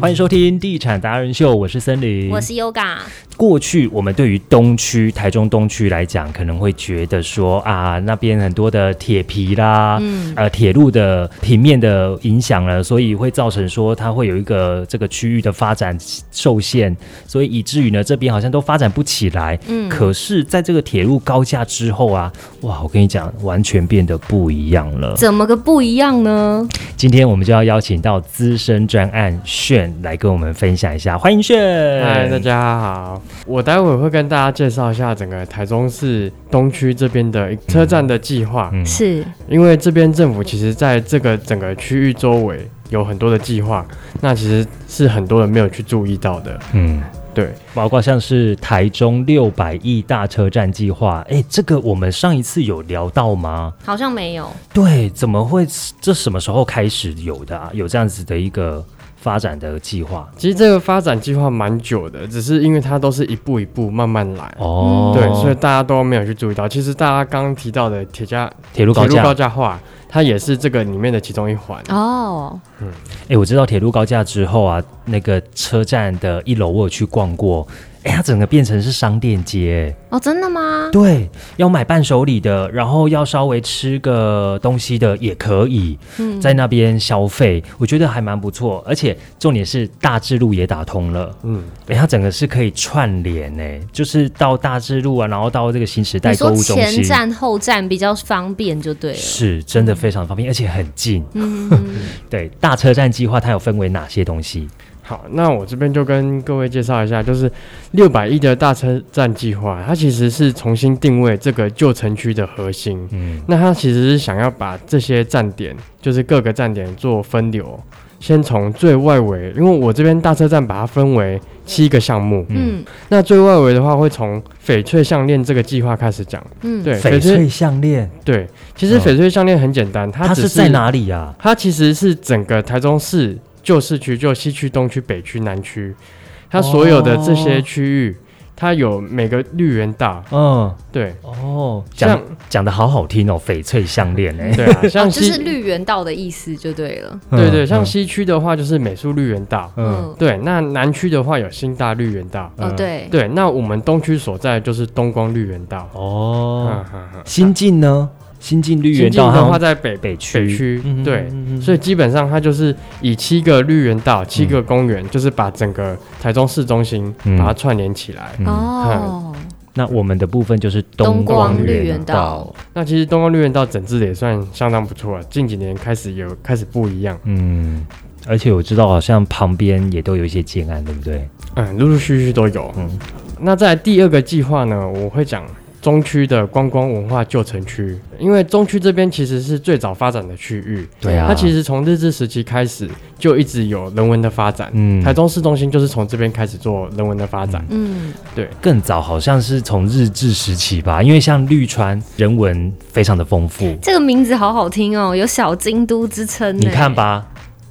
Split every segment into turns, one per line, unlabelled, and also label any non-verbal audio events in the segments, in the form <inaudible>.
欢迎收听《地产达人秀》，我是森林，
我是 Yoga。
过去我们对于东区、台中东区来讲，可能会觉得说啊，那边很多的铁皮啦，
嗯
呃，铁路的平面的影响了，所以会造成说它会有一个这个区域的发展受限，所以以至于呢，这边好像都发展不起来。
嗯
可是在这个铁路高架之后啊，哇，我跟你讲，完全变得不一样了。
怎么个不一样呢？
今天我们就要邀请到资深专案炫来跟我们分享一下，欢迎炫！
嗨，大家好，我待会儿会跟大家介绍一下整个台中市东区这边的一车站的计划，
嗯
是
因为这边政府其实在这个整个区域周围有很多的计划，那其实是很多人没有去注意到的。
嗯，
对，
包括像是台中六百亿大车站计划，哎，这个我们上一次有聊到吗？
好像没有，
对，怎么会？这什么时候开始有的啊？有这样子的一个发展的计划？
其实这个发展计划蛮久的，只是因为它都是一步一步慢慢来。
哦，
对，所以大家都没有去注意到。其实大家刚刚提到的铁架、
铁路
铁
高
路高
架，
架化，它也是这个里面的其中一环。
哦，
哎，我知道铁路高架之后啊，那个车站的一楼我有去逛过，哎，它整个变成是商店街，诶
哦，真的吗？
<laughs> 对，要买伴手礼的，然后要稍微吃个东西的也可以，
嗯
在那边消费，我觉得还蛮不错。而且重点是大智路也打通了，
嗯，
哎、它整个是可以串联诶、就是到大智路啊，然后到这个新时代
你
购
说
物中
前
心，
站后站比较方便就对了。
是真的非常方便，而且很近。
嗯，
<laughs> 对，大车站计划它有分为哪些东西？
好，那我这边就跟各位介绍一下，就是六百亿的大车站计划，它其实是重新定位这个旧城区的核心。
嗯
那它其实是想要把这些站点，就是各个站点做分流，先从最外围，因为我这边大车站把它分为七个项目。
嗯
那最外围的话，会从翡翠项链这个计划开始讲。
嗯，
对，
翡翠项链
对，其实
嗯
翡翠项链很简单，它
它
只
是在？哪里啊？
它其实是整个台中市旧市区，就西区、东区、北区、南区，它所有的这些区域，它有每个绿园道，
嗯，
对，
哦，
像
讲讲的好好听哦，翡翠项链哎，
对
<laughs>
啊，
哦，
像
就
西，
是绿园道的意思就对了。
对对，
嗯
像西区的话就是美术绿园道，
嗯
嗯，
对，那南区的话有新大绿园道，
哦
嗯
对，
对，那我们东区所在就是东光绿园道，
哦
哈，哈哈。
新进呢？新进绿
新
园
进
道
的
和
话在北
北
北
区，
区
嗯，
对，，
嗯
所以基本上它就是以七个绿园道、七个公园，就是把整个台中市中心
嗯
把它串联起来。
嗯
哦，
那我们的部分就是
东
光
光绿
园
园道，
那其实东光绿园道整治的也算相当不错了，近几年开始有开始不一样，
嗯，而且我知道好像旁边也都有一些建案，对不对？
嗯，陆陆续续都有。
嗯
那在第二个计划呢，我会讲中区的观光文化旧城区，因为中区这边其实是最早发展的区域，
对啊，
它其实从日治时期开始就一直有人文的发展。
嗯
台中市中心就是从这边开始做人文的发展，
嗯，
更早好像是从日治时期吧，因为像绿川人文非常的丰富，
这个名字好好听哦，有小京都之称。
你看，吧，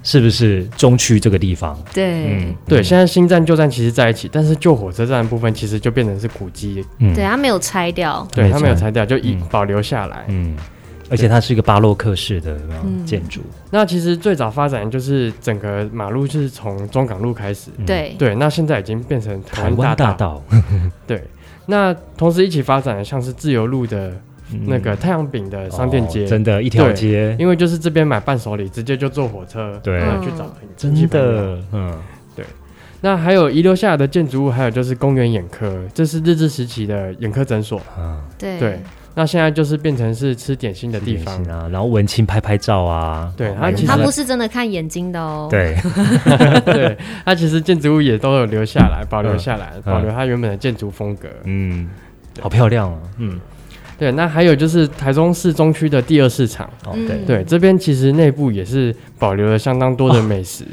是不是中区这个地方？
对
嗯，
对，现在新站旧站其实在一起，但是旧火车站的部分其实就变成是古迹，
嗯
对，它啊没有拆掉。
对，
没
它没有
错
拆掉，就以
嗯
保留下来。
嗯，而且它是一个巴洛克式的有没有
嗯
建筑，
那其实最早发展就是整个马路是从中港路开始，
嗯，
对，
对，那现在已经变成台
台
湾
湾大
大道，
道
对。那同时一起发展的像是自由路的那个太阳饼的商店街，
嗯哦真的，一条街，
因为就是这边买伴手礼，直接就坐火车，
对
然后去找亲戚
真
朋友。
的，嗯，
那还有遗留下来的建筑物，还有就是公园眼科，这是日治时期的眼科诊所。
啊，
对
对，那现在就是变成是吃点心的地方
点。心啊，然后文青拍拍照啊，
对
买
它
个
其实
它
东
不
西
是真的看眼睛的哦。，
对，
<laughs> <laughs> 对，它其实建筑物也都有留下来，保留下来，保留它原本的建筑风格。
嗯，好漂亮啊，嗯，
对，那还有就是台中市中区的第二市场，
哦
嗯
对，
对，这边其实内部也是保留了相当多的美食。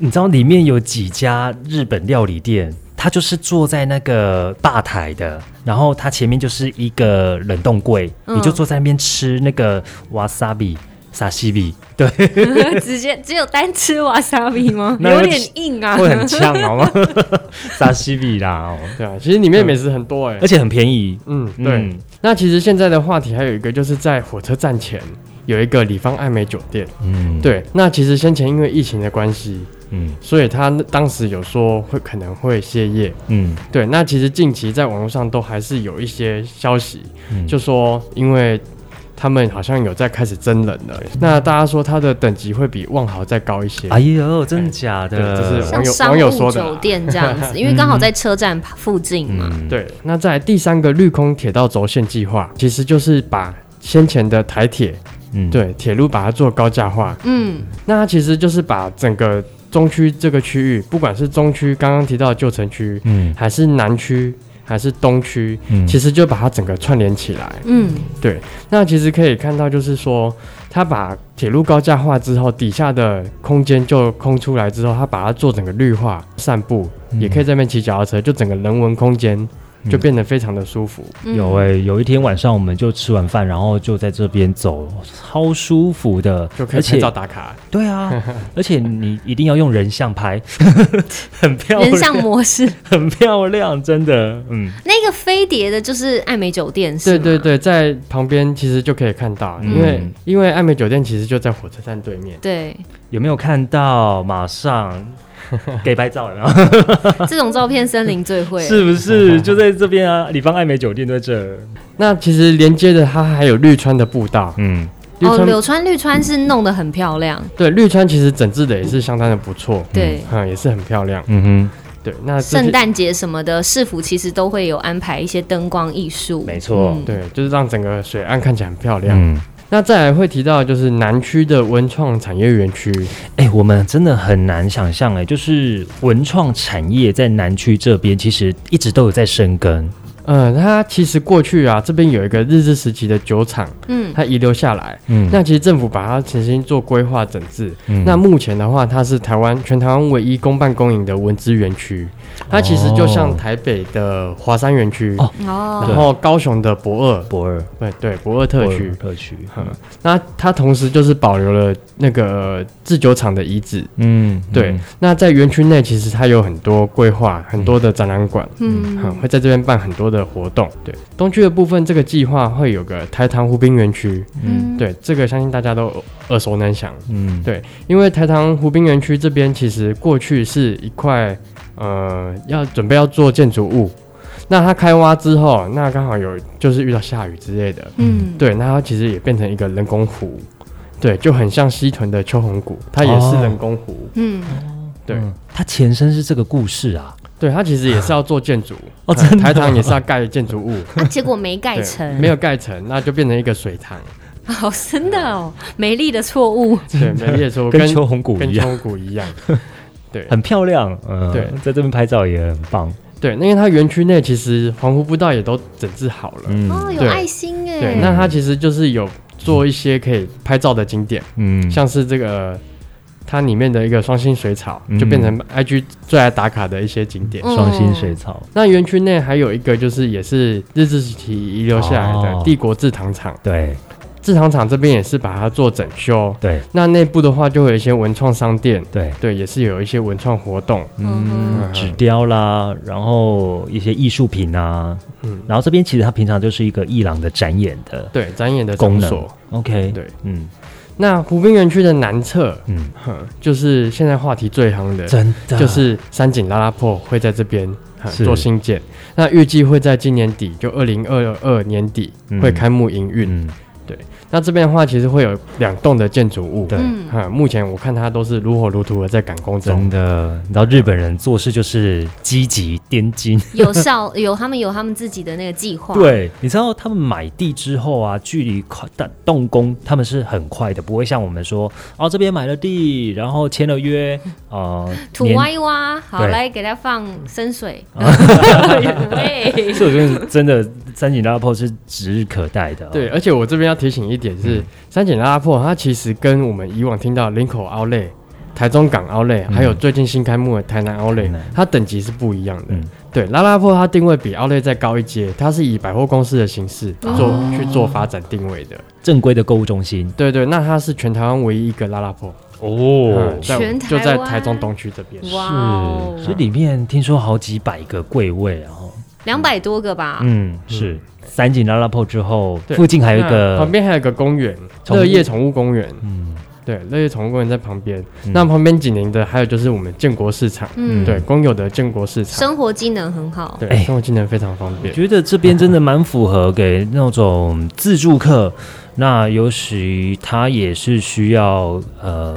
你知道里面有几家日本料理店，它就是坐在那个吧台的，然后它前面就是一个冷冻柜，
嗯
你就坐在那边吃那个 wasabi。沙西
<laughs>
比？
<laughs> 直接只有单吃瓦萨比
<laughs>
吗
那要
有点硬啊。
会很呛好吗？ <laughs> 沙西比啦、哦，
对啊，其实里面美食很多哎、
而且很便宜。
嗯，对。
嗯
那其实现在的话题还有一个，就是在火车站前有一个里方爱美酒店。
嗯，
对，那其实先前因为疫情的关系，
嗯
所以他当时有说会可能会歇业。
嗯
对，那其实近期在网络上都还是有一些消息，
嗯，
就说因为他们好像有在开始真人了，那大家说他的等级会比万豪再高一些。
哎呦，真的假的？
对这是
像
网友
商
网友
务
说的啊
酒店这样
<laughs>
子，因为刚好在车站附近嘛。
嗯，
对，那在第三个绿空铁道轴线计划，其实就是把先前的台铁
嗯，
对铁路把它做高架化，
嗯，
那它其实就是把整个中区这个区域，不管是中区刚刚提到的旧城区，
嗯
还是南区，还是东区，
嗯，
其实就把它整个串联起来。
嗯，
那其实可以看到，就是说，它把铁路高架化之后，底下的空间就空出来之后，它把它做整个绿化，散步、也可以在那边骑脚踏车，就整个人文空间
嗯
就变得非常的舒服。
嗯
有哎、有一天晚上我们就吃完饭，然后就在这边走，超舒服的，
就可
而
以拍
且
照打卡，
对啊， <laughs> 而且你一定要用人像 <laughs> 拍，很漂亮，
人像模式。 <laughs>
很漂亮，真的，嗯，
那个飞碟的就是爱美酒店，是
对
吗
对对，在旁边其实就可以看到，因为、
嗯
因为爱美酒店其实就在火车站对面。
对，
有没有看到？马 <laughs> 上给拍照了，
这种照片森林最
<laughs>
会。哦
是不是？就在这边啊，李芳爱美酒店在这儿，
那其实连接着它还有绿川的步道，
嗯
绿
哦，
川、
柳川绿川是弄得很漂亮，
对绿川其实整治的也是相当的不错，
对。
嗯，也是很漂亮。
嗯
对，那这
圣
些
诞节什么的，市府其实都会有安排一些灯光艺术。
没错
嗯
对就是让整个水岸看起来很漂亮。
嗯，
那再来会提到就是南区的文创产业园区，
哎、我们真的很难想象，哎，就是文创产业在南区这边其实一直都有在生根，
嗯，它其实过去啊这边有一个日治时期的酒厂，
嗯，
它遗留下来。
嗯
那其实政府把它重新做规划整治，
嗯
那目前的话，它是台湾全台湾唯一公办公营的文资园区，它其实就像台北的华山园区，
哦
哦，
然后高雄的博尔，
博尔
对对，博尔特区。
特区，
嗯那它同时就是保留了那个制酒厂的遗址，
嗯，
对。
嗯
那在园区内，其实它有很多规划，很多的展览馆，嗯，
嗯，
会在这边办很多的活动。对，东区的部分，这个计划会有个台糖湖滨园区，
嗯
对，这个相信大家都耳熟能详。
嗯
对，因为台糖湖滨园区这边其实过去是一块呃要准备要做建筑物，那它开挖之后，那刚好有就是遇到下雨之类的，
嗯，
对，那它其实也变成一个人工湖，对，就很像西屯的秋红谷，它也是
哦
人工湖，
嗯，
对、
嗯它前身是这个故事啊，
对，它其实也是要做建筑，
哦
嗯
真的
台糖也是要盖建筑物，
啊结果没盖
<laughs> 对
成，
没有盖成，那就变成一个水
<laughs>
塘，
<laughs> 哦，真的哦，美丽的错误，
对，美丽的说
跟秋红谷
跟
一
秋
样，
红谷
<laughs>
一样，对，
很漂亮。嗯，
对
在这边拍照也很棒。
对，那因为它园区内其实环湖步道也都整治好了。
嗯
哦，有
对
爱心哎，
对，那它其实就是有做一些可以拍照的景点，
嗯，
像是这个它里面的一个双星水草，
嗯
就变成 IG 最爱打卡的一些景点。
嗯
双心水草，
那园区内还有一个就是也是日治时期遗留下来
哦
的帝国制糖厂，
对
制糖厂这边也是把它做整修。
对
那内部的话，就会有一些文创商店，
对，
对，也是有一些文创活动。
嗯
嗯，纸雕啦，然后一些艺术品啊，
嗯，
然后这边其实它平常就是一个艺廊的展演的
对，展演的
功
场
能
所。。
OK，
对，
嗯
那湖滨园区的南侧，
嗯，
哼，就是现在话题最夯的，
真的
就是山景拉拉破会在这边、呃
是
做新建，那预计会在今年底，就二零二二年底
嗯
会开幕营运。
嗯
那这边的话，其实会有两栋的建筑物，
对，
嗯，
哈、目前我看它都是如火如荼的在赶工
真
中。
的，你知道日本人做事就是积极颠金。
<laughs> 有少有他们有他们自己的那个计划，，
对，你知道他们买地之后啊，距离快但动工他们是很快的，不会像我们说哦这边买了地，然后签了约，呃，
土
年 <laughs>
挖一挖，好
对
来给它放生
<laughs>
水，哎喂，
所以我觉得真的三井拉破是指日可待的、啊
对，，而且我这边要提醒一点
嗯
是，山景拉拉破它其实跟我们以往听到林口奥莱、台中港奥莱，还有最近新开幕的台南奥莱
嗯台南，
它等级是不一样的。
嗯
对，拉拉破它定位比奥莱再高一阶，它是以百货公司的形式
哦
做、去做发展定位的。
正规的购物中心
对对，那它是全台湾唯一一个拉拉破，
哦
嗯在我
全台
就
湾
在台中东区这边。
哇哦，
啊所以里面听说好几百个柜位啊、哦，
两百多个吧，
嗯，是三井拉拉破之后，
对
附近还有一
那旁
个
边还有一个公园，
宠物
乐业宠物公园。
嗯，
对，乐业宠物公园在旁边。
嗯
那旁边紧邻的还有就是我们建国市场，
嗯，
对，公有的建国市场，
生活技能很好，
对，
哎
生活技能非常方
我 <laughs>
便。
觉得这边真的蛮符合给那种自助客，那尤其他也是需要呃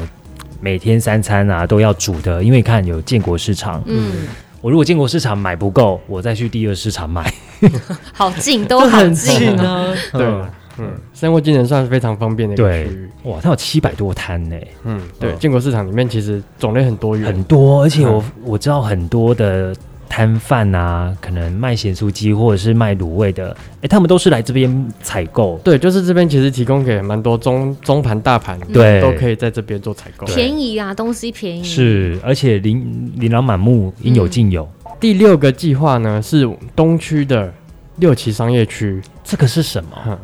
每天三餐啊都要煮的，因为你看有建国市场，
嗯，
我如果建国市场买不够，我再去第二市场买，
好近，都好近哦。
啊，
对，嗯，生活技能算是非常方便的一个
<laughs> 对
区域。，
哇，它有七百多摊呢、
嗯，对，
嗯
建国市场里面其实种类很多元，
很多，而且我
嗯
我知道很多的摊贩啊，可能卖咸酥鸡或者是卖卤味的，哎、他们都是来这边采购，
对，就是这边其实提供给蛮多中中盘、大盘，
对
嗯都可以在这边做采购。
便宜啊，东西便
嗯
宜，
是，而且琳琳琅满目，应有尽有。
第六个计划呢是东区的六期商业区，
这个是什么？
哈，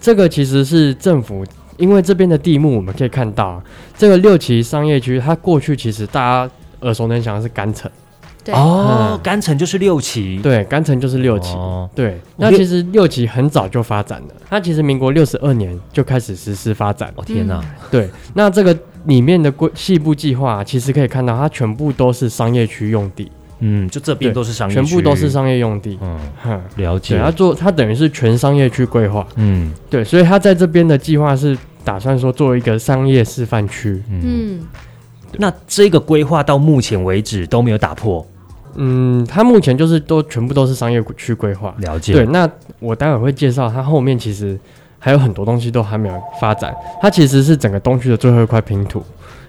这个其实是政府，因为这边的地目我们可以看到，这个六期商业区它过去其实大家耳熟能详的是甘城，
对
哦
嗯，
甘城就是六旗，
对，甘城就是六期。
哦
对，
我
那
觉得
其实六期很早就发展了，它其实民国六十二年就开始实施发展。
哦天哪、
对，那这个里面的规细部计划、其实可以看到它全部都是商业区用地，
嗯，就这边都是商业，啊
全部都是，商业用地。
嗯，
哼，
了
对，
解
它，做它等于是全商业区规划。
嗯
对，所以它在这边的计划是打算说做一个商业示范区。
嗯。
嗯，
那这个规划到目前为止都没有打破，
嗯，它目前就是都全部都是商业区规划。
了解，
对，，那我待会会介绍它后面其实还有很多东西都还没有发展，它其实是整个东区的最后一块拼图。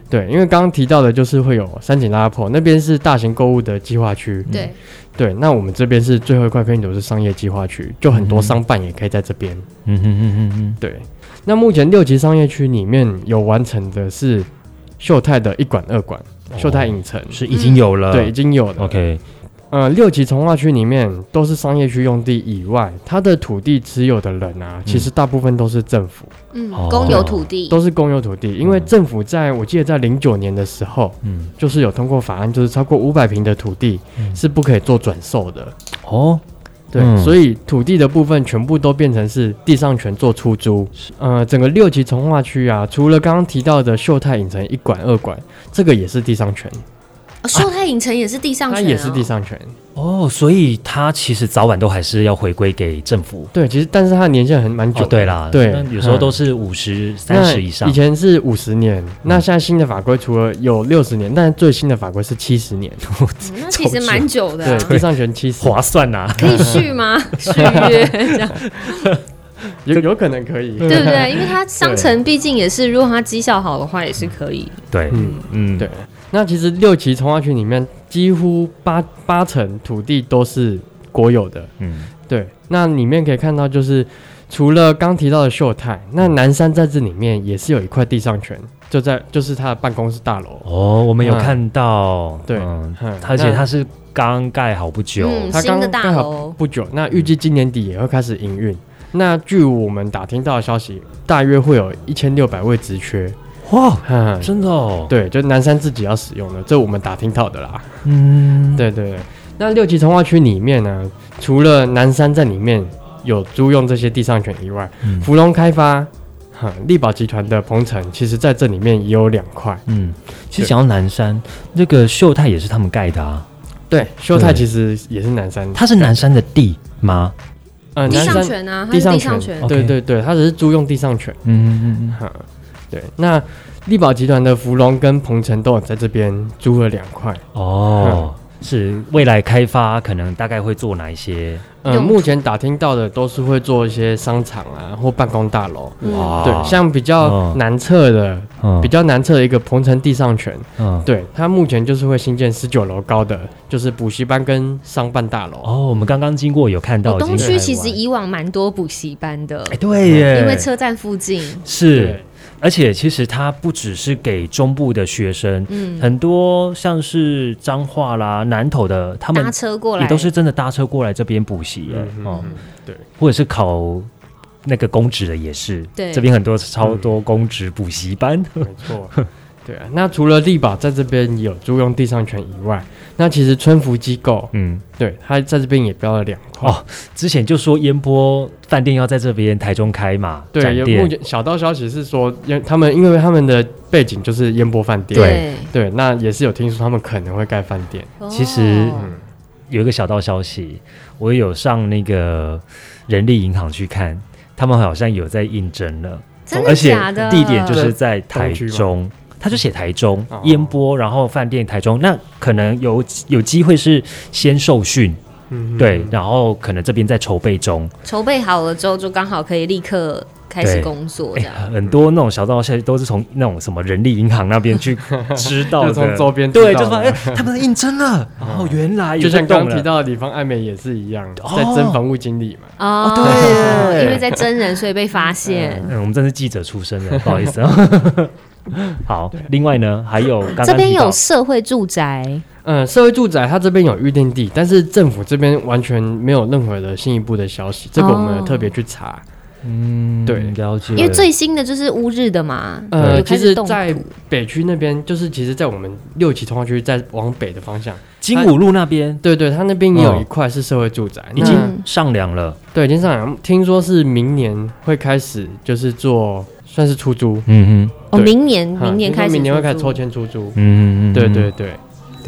对，因为刚刚提到的就是会有山景拉坡那边是大型购物的计划区，
对，
对，那我们这边是最后一块拼图是商业计划区，就很多
嗯
商办也可以在这边。
嗯哼哼哼哼，
对，那目前六级商业区里面有完成的是秀泰的一馆、二馆、秀泰影城，
哦是已经有了，
对，已经有了。
，OK，
呃，六级从化区里面都是商业区用地以外，它的土地持有的人啊，其实
嗯
大部分都是政府，
嗯
哦，
公有土地，
都是公有土地，因为政府在我记得在零九年的时候，
嗯，
就是有通过法案，就是超过五百平的土地
嗯
是不可以做转售的。
哦，
对，
嗯
所以土地的部分全部都变成是地上权做出租。呃，整个六级从化区啊，除了刚刚提到的秀泰影城一馆、二馆，这个也是地上权，
哦秀泰影城也是地上
它
权，哦
也是地，上权。
哦，所以它其实早晚都还是要回归给政府。
对，其实但是它的年限很蛮久
哦，
的、
对啦，
对
那有时候
嗯
都是五十、三
那
十以上嗯
以。前是五十年，那现在新的法规除了有六十年，但是最新的法规是七十年，
嗯那其实蛮久的
<laughs> 对，
啊，
地上权七十，
划算啊呐、
可以 <laughs> 续吗？续约
<laughs>
这样，
有有可能可以。
<laughs>
对不对？因为它商城毕竟也是，如果它绩效好的话，也是可以。
对，
嗯
嗯，
对那其实六期从化区里面几乎八八成土地都是国有的，
嗯，
对，那里面可以看到，就是除了刚提到的秀泰，那南山在这里面也是有一块地上权，就在就是他的办公室大楼。
哦，我们有
嗯
看到，
对
嗯
嗯
而且
那
它是刚盖好不久，
嗯
他
新
刚
的大
刚好
楼
不久，那预计今年底也会开始营运。那据我们打听到的消息，大约会有一千六百位职缺。
哇，
哈，
真的哦，
对，就南山自己要使用的，这我们打听到的啦。
嗯，
对对对，那六级从化区里面呢，除了南山在里面有租用这些地上权以外，
嗯
芙蓉开发、哈力宝集团的鹏城，其实在这里面也有两块。
嗯，其实
对
讲到南山，那个秀泰也是他们盖的啊，
对，秀泰
对
其实也是南山，
它是南山的地吗？
呃
地
南
上
山
权啊，它
地
是
上
地
权
上权，
OK
对对对，它只是租用地上权。
嗯嗯
哈， <laughs> 对，那力宝集团的芙蓉跟鹏城都有在这边租了两块。
嗯，哦，是未来开发可能大概会做哪一些？
呃，
用途
目前打听到的都是会做一些商场啊或办公大楼。
嗯
哇
对，像比较
嗯
南侧的
嗯
比较难测的一个鹏城地上权，
嗯，
对，它目前就是会新建十九楼高的，就是补习班跟商办大楼。
哦，我们刚刚经过有看到
哦
已经
东
盖
区
完
其实以往蛮多补习班的，
哎，对耶，
因为车站附近，
是
对，
而且其实它不只是给中部的学生，
嗯，
很多像是彰化啦、南投的，他
搭
们
车过来
也都是真的搭车过来这边补习耶、
嗯
哦，
嗯对，
或者是考那个公职的也是，
对
嗯
这边很多超多公职补习班，
没错。对啊，那除了力宝在这边有租用地上权以外，那其实春福机构
嗯，
对它在这边也标了两块。
哦之前就说烟波饭店要在这边台中开嘛，
对，
展
有目
店，
前小道消息是说，因为他们因为他们的背景就是烟波饭店，
对
对，那也是有听说他们可能会盖饭店，
哦
其实
嗯
有一个小道消息，我有上那个人力银行去看，他们好像有在应征了，
真
而
的
且
假的？
地点就是在台
东区
中，他就写台中
哦
烟波，然后饭店台中，那可能有有机会是先受训，
嗯，
对，然后可能这边在筹备中，
筹备好了之后，就刚好可以立刻开始
对
工作
哎
这样。
很多那种小道消息都是从那种什么人力银行那边
<laughs>
去知道
就
的，
从周边
对，
知
就
道
是说
的
哎、他们应征了，哦，原来有
就像
在动
刚刚提
了。
到的李方爱美也是一样，
哦
在争房务经理嘛，
哦
对耶
因为在真人，所以被发现。
嗯，我们真是记者出身
<laughs>
的，不好意思 <laughs> 啊。好，另外呢，还有刚刚
这边
提到
有社会住宅，
嗯，社会住宅它这边有预定地，但是政府这边完全没有任何的进一步的消息，这个我们有特别去查。
嗯，
对
了解，
因为最新的就是乌日的嘛，
呃
哦有开
其
始
实
动
在
土
北区那边就是，其实，在我们六期通化区，在往北的方向，
金武路那边
对对，它那边也有
嗯
一块是社会住宅，
已
那
嗯
经上梁了，
对，已经上扬，听说是明年会开始，就是做算是出租，
嗯哼，
哦，
对
明年明
嗯
年
听说
开始，
明年会开始抽。签出租，
嗯嗯嗯，
对对对，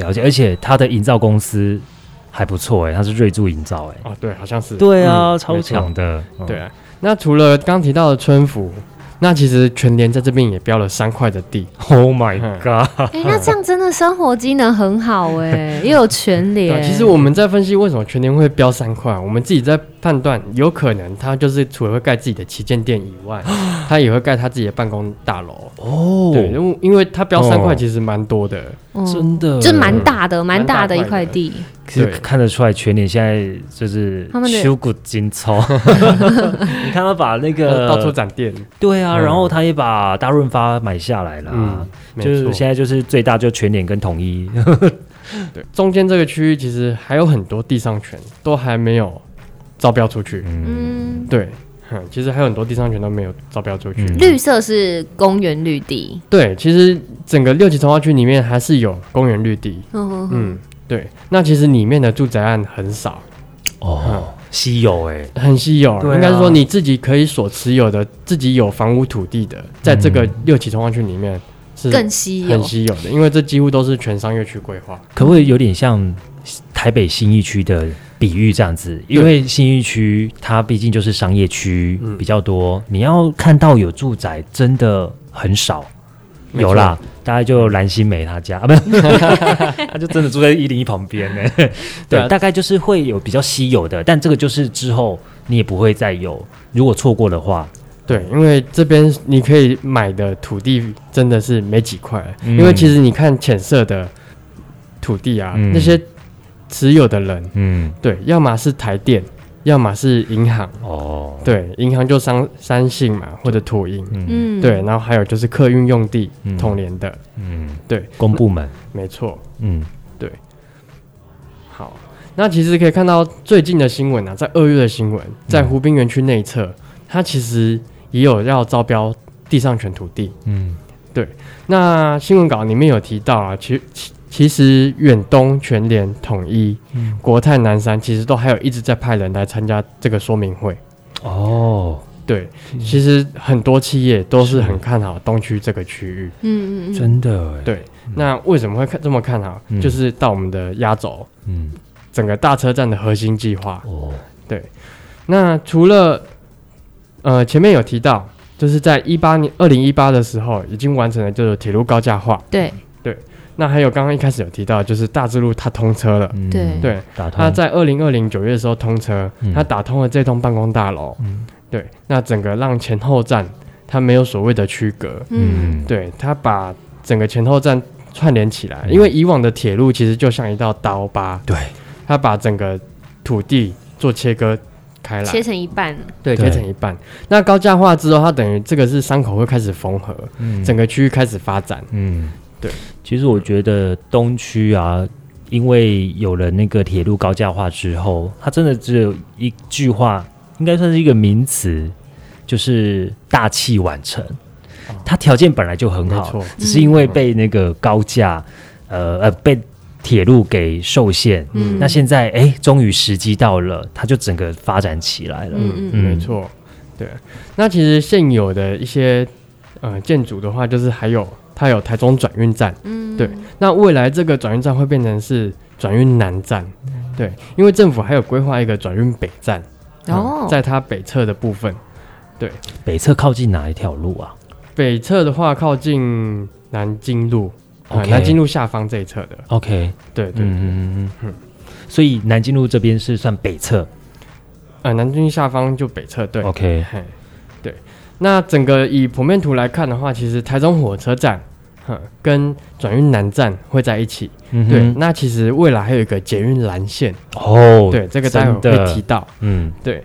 了解，而且他的营造公司还不错哎、它是瑞筑营造哎、
哦对，好像是，
对啊，
嗯
超强，的，
没错对啊。那除了刚提到的春福，那其实全联在这边也标了三块的地，
，Oh my
嗯
god，
哎，那这样真的生活机能很好哎，又有全
<laughs> 对啊，
联。
其实我们在分析为什么全年会标三块，我们自己在判断，有可能他就是除了会盖自己的旗舰店以
<gasps>
外，他也会盖他自己的办公大楼。
哦
对，因为因为他标三块
哦
其实蛮多的，嗯
嗯
真的
就蛮大的，蛮大的一
蛮大块
块
的
地。
其实
对
看得出来，全脸现在就是
他们的
修骨精
<laughs>
操，你看他把那个
哦到处展店，
啊对啊，
嗯
然后他也把大润发买下来了啊
嗯，，没
就是
错
现在就是最大就全脸跟统一，
对，中间这个区域其实还有很多地上权都还没有招标出去，
嗯，
嗯，
对。嗯，其实还有很多地上权都没有招标出去。
嗯
绿色是公园绿地。
对，其实整个六级从化区里面还是有公园绿地。
嗯哼哼
嗯，对。那其实里面的住宅案很少，嗯
哦， <laughs> 稀有哎，
很稀有，
对啊
应该是说你自己可以所持有的，自己有房屋土地的，在这个
嗯
六期通化区里面嗯是
更稀有
很，稀有的，因为这几乎都是全商业区规划。
可不可以有点像台北新一区的比喻这样子？因为新一区它毕竟就是商业区
嗯
比较多，你要看到有住宅真的很少。
没错
有啦，大概就蓝心湄她家
<laughs>
啊，不，她就真的住在一零一旁边呢。
对
对，
啊
大概就是会有比较稀有的，但这个就是之后你也不会再有，如果错过的话，
对，因为这边你可以买的土地真的是没几块，
嗯
因为其实你看浅色的土地啊，
嗯
那些持有的人，
嗯，
对，要么是台电，要么是银行，
哦，
对，银行就三三信嘛，或者土银，
嗯
嗯，
对，，然后还有就是客运用地
嗯，
统联的，
嗯，
对，
公部门，
没错。
嗯，
好，那其实可以看到最近的新闻啊，在二月的新闻，
嗯
在湖滨园区内侧，它其实也有要招标地上权土地。
嗯，
那新闻稿里面有提到啊，其其其实远东、全联、统一、
嗯
国泰、南山，其实都还有一直在派人来参加这个说明会。
哦，
对，其实很多企业都是很看好东区这个区域。
嗯嗯嗯，
真的欸，
对，那为什么会看这么看好？
嗯
就是到我们的压轴，
嗯，
整个大车站的核心计划。
哦，
那除了呃前面有提到，就是在一八年二零一八的时候已经完成了就是铁路高架化。
对，
那还有刚刚一开始有提到，就是大智路它通车了。
嗯
对
对，
打通
它在二零二零九月的时候通车
嗯，
它打通了这栋办公大楼。
嗯
对，那整个让前后站它没有所谓的区隔，
嗯，
对，它把整个前后站串联起来。
嗯
因为以往的铁路其实就像一道刀疤，
对，
它把整个土地做切割开来，
切成一半，
对，
对
切成一半。那高架化之后，它等于这个是伤口会开始缝合，
嗯
整个区域开始发展。
嗯
对。
其实我觉得东区啊，因为有了那个铁路高架化之后，它真的只有一句话，应该算是一个名词，就是大器晚成。它条件本来就很
哦没
好
错，
只是因
嗯
为被那个高架，呃呃被。铁路给受限，
嗯
那现在哎，终于时机到了，它就整个发展起来了。
嗯嗯，
没错，对。那其实现有的一些呃建筑的话，就是还有它有台中转运站，
嗯
对。那未来这个转运站会变成是转运南站，
嗯
对，因为政府还有规划一个转运北站，
哦
嗯，在它北侧的部分，
北侧靠近哪一条路啊？
北侧的话靠近南京路，啊
OK
南京路下方这一侧的，
OK，
对对，啊、
嗯嗯嗯嗯。所以南京路这边是算北侧
呃南京路下方就北侧，对，
，OK，
嘿，对。那整个以剖面图来看的话，其实台中火车站，哼，跟转运南站会在一起。
嗯哼
对，那其实未来还有一个捷运蓝线，
哦，
对，这个待会
真的
会提到。
嗯，
对，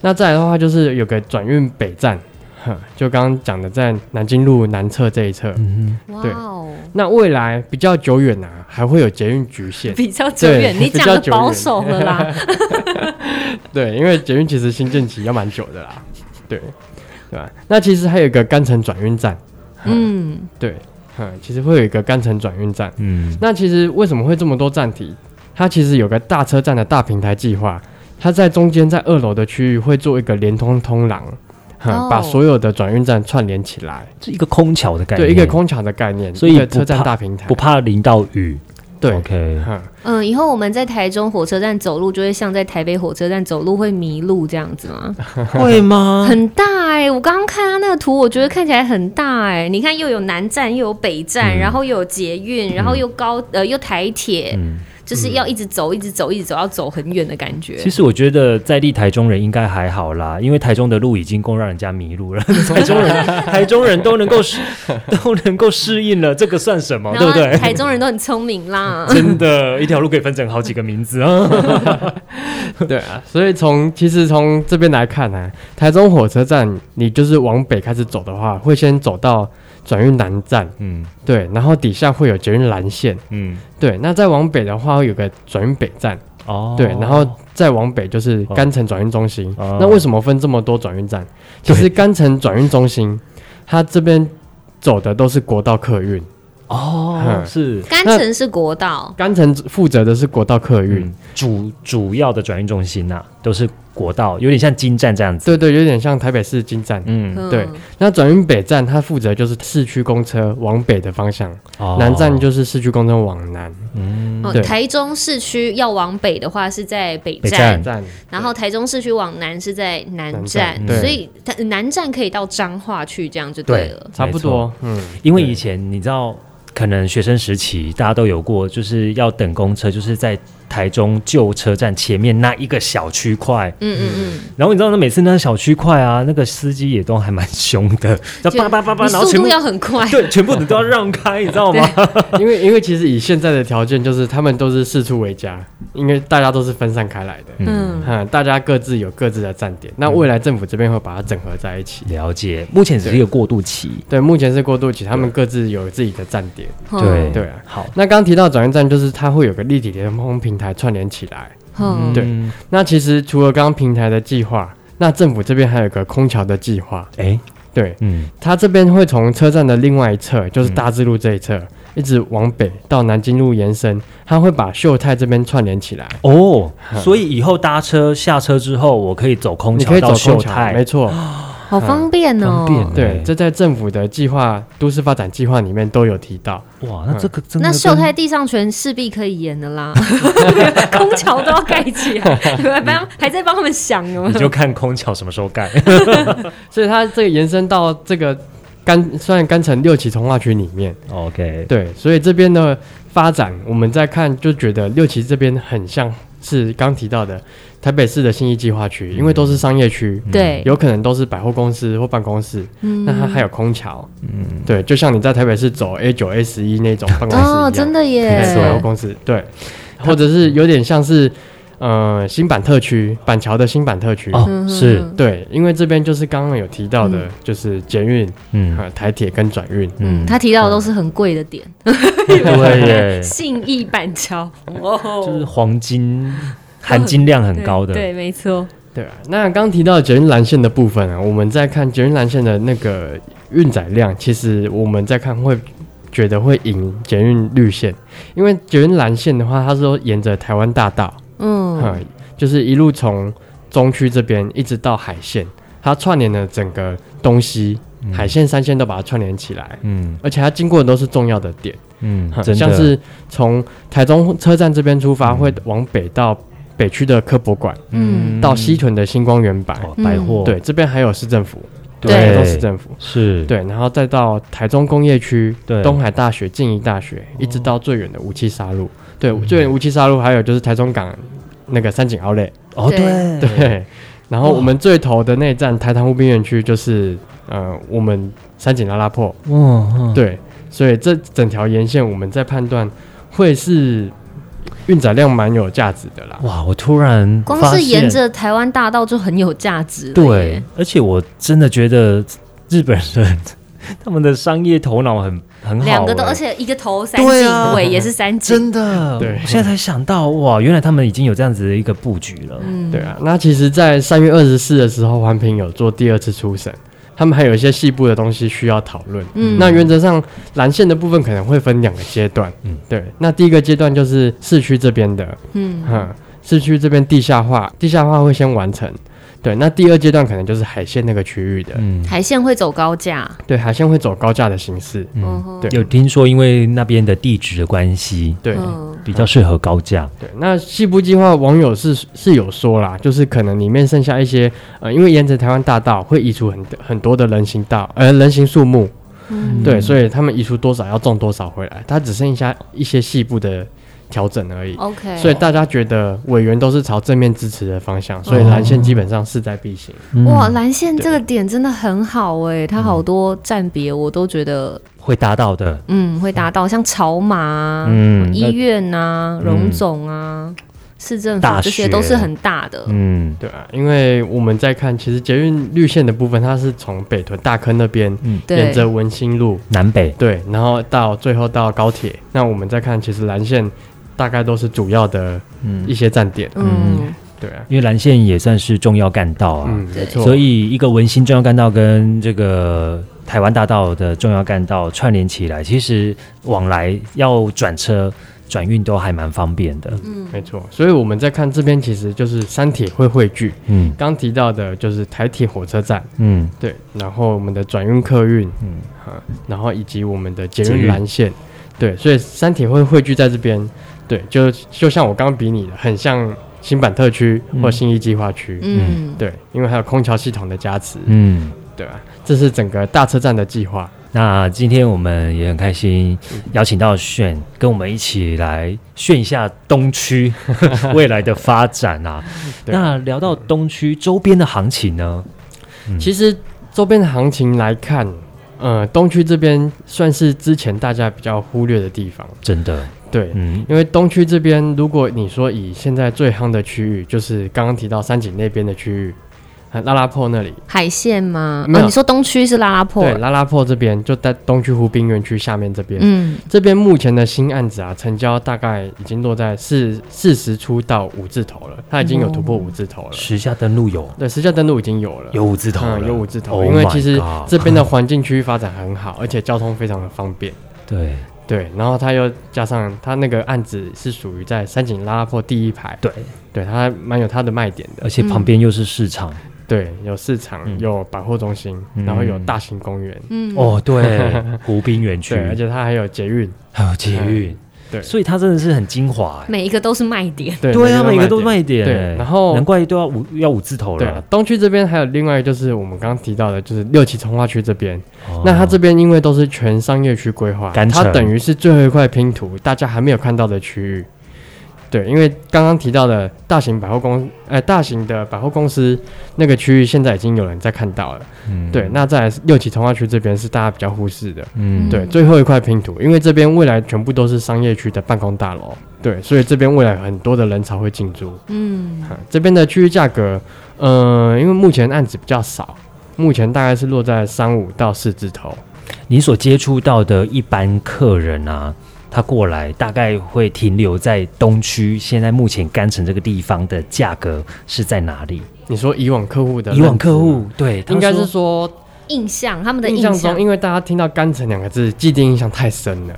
那再来的话就是有个转运北站，哼，就刚刚讲的在南京路南侧这一侧。
嗯
哇
对
哦，
那未来比较久远啊，还会有捷运局
<laughs>
限，
比较久远，
对
你讲的
比较久远
保守了啦，
<laughs> 对，因为捷运其实新建期要蛮久的啦，对，对吧？那其实还有一个甘城转运站，
嗯，
对，嗯，其实会有一个甘城转运站。
嗯
那其实为什么会这么多站体？它其实有个大车站的大平台计划，它在中间在二楼的区域会做一个连通通廊，哈、
哦
把所有的转运站串联起来，
这一个空桥的概念，
对，一个空桥的概念，
所以
一个
不
车站
怕
大平台
不，怕淋到雨。
对，
OK，
<laughs>
<laughs>
哈，
嗯，以后我们在台中火车站走路，就会像在台北火车站走路会迷路这样子吗？
会吗？
很大哎、我刚刚看他那个图，我觉得看起来很大哎、你看又有南站，又有北站，
嗯
然后又有捷运，然后又高呃又台铁，
嗯，
就是要一直走，一直走，一直走，要走很远的感觉
<laughs> 其。实我觉得在地台中人应该还好啦，因为台中的路已经够让人家迷
<laughs>
路了，台中人台中人都能够适 <laughs> 都能够适应了，这个算什么？
然
对
后
不对？，
台中人都很聪明啦
<laughs> 真的，一条路可以分成好几个名字啊！
对啊，所以从其实从这边来看呢、台中火车站你就是往北开始走的话，会先走到转运南站，
嗯
对，然后底下会有捷运蓝线，
嗯，
对，那再往北的话会有个转运北站，
哦
对，然后再往北就是甘城转运中心。
哦
那为什么分这么多转运站？其
对
实甘城转运中心，它这边走的都是国道客运，
哦
嗯
是
甘城是国道，
甘城负责的是国道客运。
嗯主主要的转运中心呐、啊都是国道，有点像金站这样子。
对对，有点像台北市金站。
嗯，
嗯，
对那转运北站，它负责就是市区公车往北的方向，
哦
南站就是市区公车往南
哦
对
台中市区要往北的话是在北
北站，
站
站。
然后台中市区往南是在南
南
站，
站
对
所以它南站可以到彰化去，这样就
对
了。
差不多，嗯，
因为以前你知道，可能学生时期大家都有过，就是要等公车，就是在台中旧车站前面那一个小区块。
嗯嗯嗯，
然后你知道，那每次那小区块啊，那个司机也都还蛮凶的，要叭叭叭叭，
你
然后
速
全
度
部
要很快。
<laughs> 对全部的都要让开，你知道吗？
<laughs> 因为因为其实以现在的条件，就是他们都是四处为家，因为大家都是分散开来的，
嗯，
嗯，大家各自有各自的站点。那未来政府这边会把它整合在一起。
了解，目前只是一个过渡期。
对，目前是过渡期，他们各自有自己的站点。
哦嗯
对
对啊，
好，
那刚提到转运站，就是它会有个立体联通平台串联起来。
嗯，
对
嗯，
那其实除了刚刚平台的计划，那政府这边还有个空桥的计划。
哎，
对，
嗯，
它这边会从车站的另外一侧，就是大智路这一侧，一直往北到南京路延伸，它会把秀泰这边串联起来。
哦，所以以后搭车下车之后，我可以走空
你可
桥
以
到
走
秀
空桥，没
哦
泰，
错。
好方便哦
嗯方。便
对，这在政府的计划、都市发展计划里面都有提到。
哇，那这个真的
那
跟
秀泰地上权势必可以演的啦，空桥都要盖
<laughs>
起来，你们还帮还在帮他们想哦呢
<laughs> 你。就看空桥什么时候盖。
所以它这个延伸到这个甘，算甘城六期从化区里面。
<laughs> OK，
对，所以这边的发展，我们在看就觉得六期这边很像是刚提到的台北市的新义计划区，因为都是商业区，
嗯对，
有可能都是百货公司或办公室，
嗯
那它还有空桥，嗯，对，就像你在台北市走 A 九 A 十一那种办公室一样，
哦，真的
对百货
耶，
公司，对，或者是有点像是呃新版特区板桥的新版特区，
嗯
哦，是，
对，因为这边就是刚刚有提到的，就是捷运、
嗯
呃、台铁跟转运，
嗯，
他提到的都是很贵的点，
对
<laughs>
耶，
信义板桥，哦
<laughs> 就是黄金含金量很高的，
对，对没错，
对啊，那刚提到捷运蓝线的部分啊，我们再看捷运蓝线的那个运载量，其实我们在看会觉得会赢捷运绿线，因为捷运蓝线的话，它是沿着台湾大道，
嗯，
嗯，就是一路从中区这边一直到海线，它串联了整个东西、海线、三线都把它串联起来，
嗯
而且它经过的都是重要的点，
嗯
哼，
真的嗯
像是从台中车站这边出发，会往北到北区的科博馆，
嗯
到西屯的星光园百，
哦百货，
对，这边还有市政府，
对
台中市政府。
是，
对，然后再到台中工业区、
对哦
东海大学、静宜大学，一直到最远的无期沙路。对，
嗯
最远无期沙路，还有就是台中港那个三井奥莱。
哦对
对，然后我们最头的那一站台糖湖滨园区就是呃，我们三井拉拉破。
嗯，嗯，
对，所以这整条沿线我们在判断会是运载量蛮有价值的啦。
哇，我突然
光
发
是沿
现
着台湾大道就很有价值了
对
耶，，
而且我真的觉得日本人 <laughs> 他们的商业头脑很很好欸，
两个都，而且一个头三
对啊
井，尾也是三井，
真的，
对
嗯
我现在才想到哇，原来他们已经有这样子的一个布局了，
嗯，
对啊，那其实，在三月二十四的时候，环评有做第二次初审，他们还有一些细部的东西需要讨论。
嗯
那原则上蓝线的部分可能会分两个阶段。
嗯
嗯，对。那第一个阶段就是市区这边的，
嗯
嗯，市区这边地下化，地下化会先完成。对，那第二阶段可能就是海线那个区域的，
嗯，
海线会走高架，
对，海线会走高架的形式。
嗯
嗯哼
对
有听说因为那边的地质的关系，
对，
嗯
比较适合高架，
对，那西部计划网友是是有说啦，就是可能里面剩下一些，呃，因为沿着台湾大道会移除很很多的人行道，呃，人行树木，
嗯
对，所以他们移除多少要种多少回来，它只剩下一些细部的调整而已。
，OK，
所以大家觉得委员都是朝正面支持的方向，所以蓝线基本上势在必行。
嗯
哇，蓝线这个点真的很好哎，它好多站别我都觉得
会达到的，
嗯会达到，像草马啊、
嗯那
医院啊、
嗯
荣总啊、市政府
大
这些
学
都是很大的，
嗯
对啊，因为我们在看，其实捷运绿线的部分，它是从北屯大坑那边
嗯，
对
沿，着文心路，
南北，
对，然后到最后到高铁，那我们再看，其实蓝线大概都是主要的
嗯
一，些站点，
嗯
对啊，
因为蓝线也算是重要干道啊，
嗯，
对
没错，
所以一个文心重要干道跟这个台湾大道的重要干道串联起来，其实往来要转车、转运都还蛮方便的。
嗯
没错，所以我们在看这边，其实就是三铁会汇聚，
嗯
刚提到的就是台铁火车站，
嗯
对，然后我们的转运客运，
嗯，
啊，然后以及我们的捷
捷
运
运
蓝线，对，所以三铁会汇聚在这边，对，就就像我刚刚比拟的，很像新版特区或
嗯
新一计划区，
嗯，
对，因为还有空调系统的加持，
嗯。
对啊，这是整个大车站的计划，
那今天我们也很开心，邀请到炫跟我们一起来炫一下东区 <laughs> 未来的发展啊。
对
那聊到东区周边的行情呢？
其实周边的行情来看，呃，东区这边算是之前大家比较忽略的地方，
真的，
对，
嗯
因为东区这边，如果你说以现在最夯的区域，就是刚刚提到三井那边的区域，呃拉拉破那里，
海线吗？
没
哦，
有
你说东区是拉拉破
对，，拉拉破这边就在东区湖滨园区下面这边，
嗯
这边目前的新案子啊，成交大概已经落在四四十出到五字头了，它已经有突破五字头了，
时下登录有
对，实价登录已经有了。
有五字头了、
嗯，有五字头
Oh
因为
my
其实
God
这边的环境区域发展很好，而且交通非常的方便。
<laughs> 对 <laughs>
对，然后它又加上它那个案子是属于在三井拉拉破第一排，
对，
对，它蛮有它的卖点的
而。且旁边又是市场。
对，有市场，
嗯
有百货中心，
嗯
然后有大型公园，
嗯，
哦，对， <laughs> 湖滨园区，
对，而且它还有捷运，
还有捷运，
对
所以它真的是很精华欸。
每一个都是卖点，
对，
对啊，每个都
都卖
卖点
对
欸，
然后
难怪都要五要五字头
点。对啊
了。，
东区这边还有另外一个就是我们刚刚提到的，就是六期从化区这边。
哦
那它这边因为都是全商业区规划，
干城
它等于是最后一块拼图，大家还没有看到的区域。对，因为刚刚提到的大型百货公，呃，大型的百货公司那个区域，现在已经有人在看到了。
嗯
对，那在六期从化区这边是大家比较忽视的。
嗯
对，最后一块拼图，因为这边未来全部都是商业区的办公大楼，对，所以这边未来很多的人潮会进驻。
嗯
哈这边的区域价格，呃，因为目前案子比较少，目前大概是落在三五到四字头。
你所接触到的一般客人啊，他过来大概会停留在东区，现在目前干城这个地方的价格是在哪里？
你说以往客户的
以往
认知
客
吗
户对，他
应该
说
是说
印象，他们的
印象中，因为大家听到甘城两个字，既定印象太深
<laughs>
了，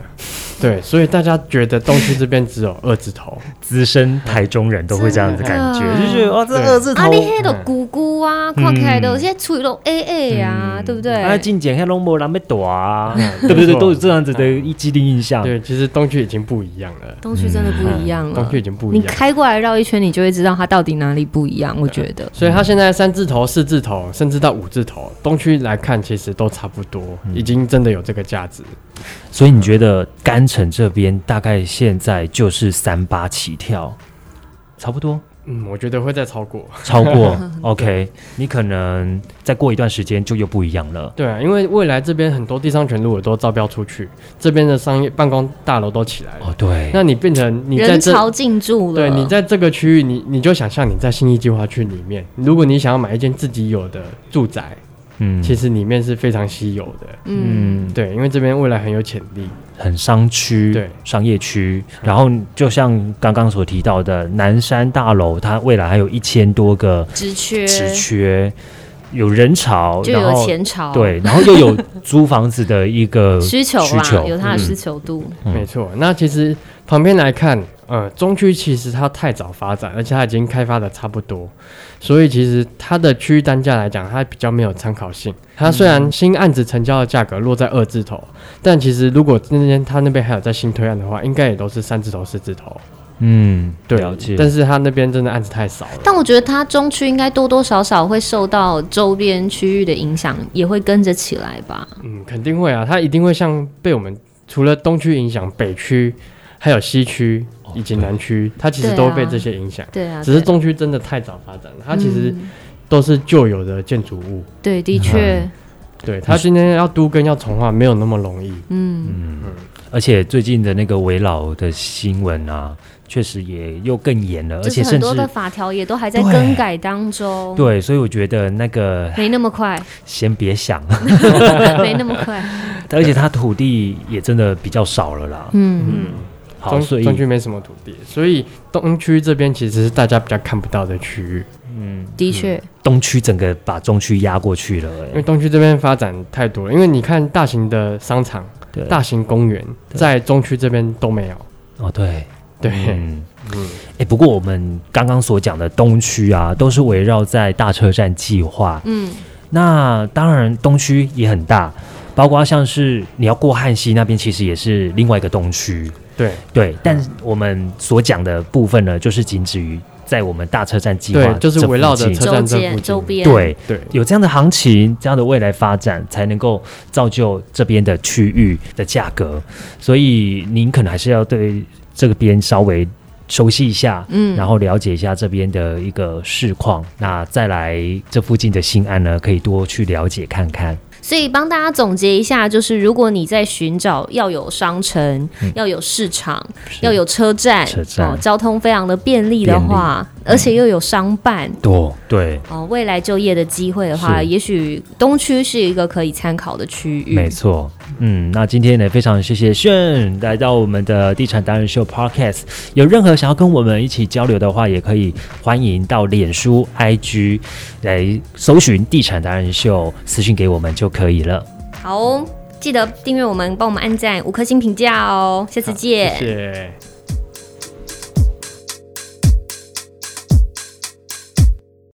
对，所以大家觉得东区这边只有二字
<laughs>
头，
资深台中人都会这样子感觉，
真
就
的
是哦，这
对
二字
啊，
头
你。黑的
嗯
姑姑啊，看起来都现在处于都 A A 啊，
嗯
对不对？
啊，进前黑龙没人要躲啊， <laughs> 对不对？
<laughs> 没错嗯
都有这样子的一既定印象。
对，其实东区已经不一样了，嗯
东区真的不一样
东
了
区，已经不一
你
样了。
开过来绕一圈，你就会知道它到底哪里不一样。我觉得，
所以它现在三字头、四字头，甚至到五字头，东区来看其实都差不多，
嗯
已经真的有这个价值。
所以你觉得甘城这边大概现在就是三八起跳，差不
<laughs>
多
嗯，我觉得会再超过。
超过 OK，你可能再过一段时间就又不一样了。
对啊，因为未来这边很多地上权路也都招标出去，这边的商业办公大楼都起来了，
哦，对，
那你变成你在
人
这
潮进驻了，
对你在这个区域，你你就想象你在新义计划区里面，如果你想要买一间自己有的住宅，
嗯，
其实里面是非常稀有的。
嗯，
对，因为这边未来很有潜力。
很商区、
对嗯
商业区，然后就像刚刚所提到的南山大楼，它未来还有一千多个
职缺
职缺，有人潮，
就
然
有
后
钱潮，
对，然后又有租房子的一个
需求
需
啦，
求
有它的
嗯
需求度，
嗯
没错，那其实旁边来看，呃，中区其实它太早发展，而且它已经开发的差不多，所以其实它的区域单价来讲，它比较没有参考性。它虽
嗯
然新案子成交的价格落在二字头，但其实如果今天它那边还有在新推案的话，应该也都是三字头、四字头。
嗯，
对
了解，，
但是它那边真的案子太少了。
但我觉得它中区应该多多少少会受到周边区域的影响，也会跟着起来吧。
嗯，肯定会啊，它一定会像被我们除了东区影响，北区还有西区
哦
以及南区，它其实
对
都会被
啊
这些影响。
对啊，
只是
对
中区真的太早发展了，它其实
嗯
都是旧有的建筑物，
对，的确，
嗯
对，它今天要都跟要重化没有那么容易。
嗯，
而且最近的那个围老的新闻啊，确实也又更严了，而
就
且
是很
甚
多的
至
法条也都还在
对
更改
<laughs>
当中，
对，所以我觉得那个
没那么快，
先别想， <laughs>
没那么快，
而且它土地也真的比较少了啦。
嗯，
好，
中
所以
中区没什么土地，所以东区这边其实是大家比较看不到的区域，
的确，
嗯东区整个把中区压过去了、
因
哎
为东区这边发展太多了。因为你看大型的商场、
对，
大型公园在中区这边都没有。
哦，对，
<laughs> 对，
嗯嗯，哎、不过我们刚刚所讲的东区啊，都是围绕在大车站计划。
嗯，
那当然，东区也很大，包括像是你要过汉溪那边，其实也是另外一个东区。
对
对，但我们所讲的部分呢，就是仅止于在我们大车站计划这附近，
对，就是围绕着车
周
站这附
边
近
周边，
对，
对，
有这样的行情，这样的未来发展，才能够造就这边的区域的价格。所以您可能还是要对这边稍微熟悉一下，
嗯
然后了解一下这边的一个市况，那再来这附近的新案呢，可以多去了解看看。
所以帮大家总结一下，就是如果你在寻找要有商城、要有市场、要有车站，
嗯车站嗯
哦，交通非常的便利的话，而且又有商办。
多对，
哦，未来就业的机会的话，
是
也许东区是一个可以参考的区域。
没错，嗯，那今天呢，非常谢谢炫来到我们的地产达人秀 Podcast。有任何想要跟我们一起交流的话，也可以欢迎到脸书、IG 来搜寻地产达人秀，私讯给我们就可以了。
好哦、记得订阅我们，帮我们按赞五颗星评价哦，下次见。
谢谢。